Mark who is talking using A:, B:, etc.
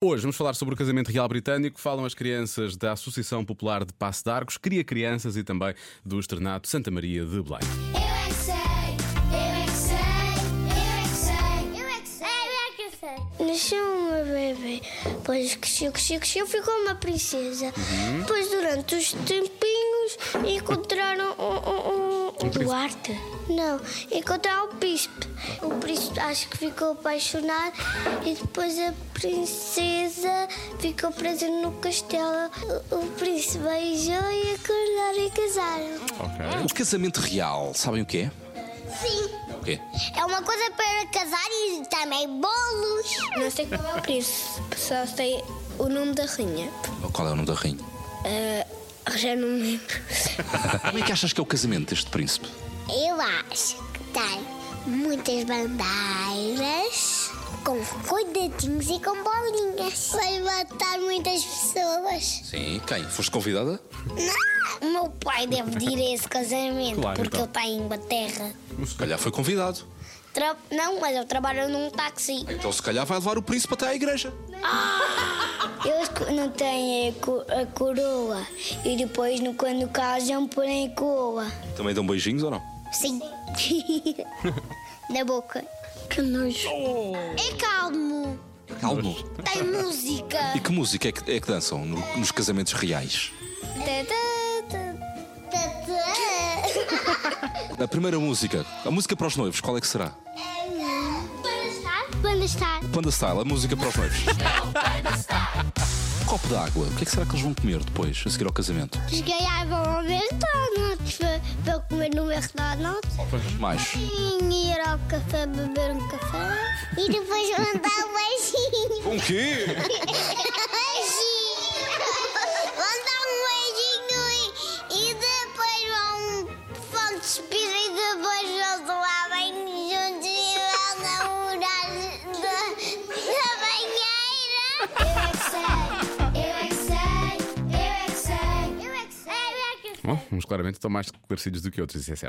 A: Hoje vamos falar sobre o casamento real britânico. Falam as crianças da Associação Popular de Passo de Arcos, Cria Crianças e também do Externato Santa Maria de Belém.
B: Eu é que sei, eu é que sei, eu é que sei, eu é que sei, eu é que sei. Nasceu uma bebê, depois cresceu, cresceu, cresceu, ficou uma princesa. Depois, durante os tempinhos, encontraram um, um, um, um Duarte. Não, encontraram o príncipe. O príncipe acho que ficou apaixonado e depois a princesa ficou presa no castelo. O, o príncipe beijou e acordaram e casaram.
A: Ok.
C: O casamento real, sabem o que é?
B: Sim.
C: O quê?
B: É uma coisa para casar e também bolos. Não sei qual é o príncipe, só sei o nome da rainha.
C: Qual é o nome da rainha?
B: já não me lembro.
C: Como é que achas que é o casamento deste príncipe?
B: Eu acho que tá, tem muitas bandeiras com cuidadinhos e com bolinhas. Vai matar muitas pessoas.
C: Sim, quem? Foste convidada?
B: Não! O meu pai deve ir a esse casamento
A: Claro,
B: porque
A: então.
B: ele está em Inglaterra.
C: Se calhar foi convidado.
B: Tra- não, mas ele trabalha num táxi.
C: Então se calhar vai levar o príncipe até à igreja.
B: Eles co- não têm a, co- a coroa e depois no- quando casam põem a coroa.
C: Também dão beijinhos ou não?
B: Sim. Na boca. Que nojo. É calmo.
C: Calmo.
B: Tem música.
C: E que música é que, é que dançam no- nos casamentos reais? A primeira música, a música para os noivos, qual é que será?
B: Quando está?
C: Panda Style, a música para os noivos. Copo d'água, o que é que será que eles vão comer depois, a seguir ao casamento?
B: Eles ganhavam ao McDonald's para, para comer no McDonald's.
C: Mais.
B: E ir ao café beber um café. E depois mandar um beijinho.
C: Um quê?
B: Beijinho! Vão dar um beijinho e, e depois vão, vão despir e depois vão doar bem juntos e vão namorar na, na banheira. Eu é que sei, eu é que sei, eu é que sei, eu é que sei, eu é que sei.
A: Bom, uns claramente estão mais esclarecidos do que outros, isso é certo.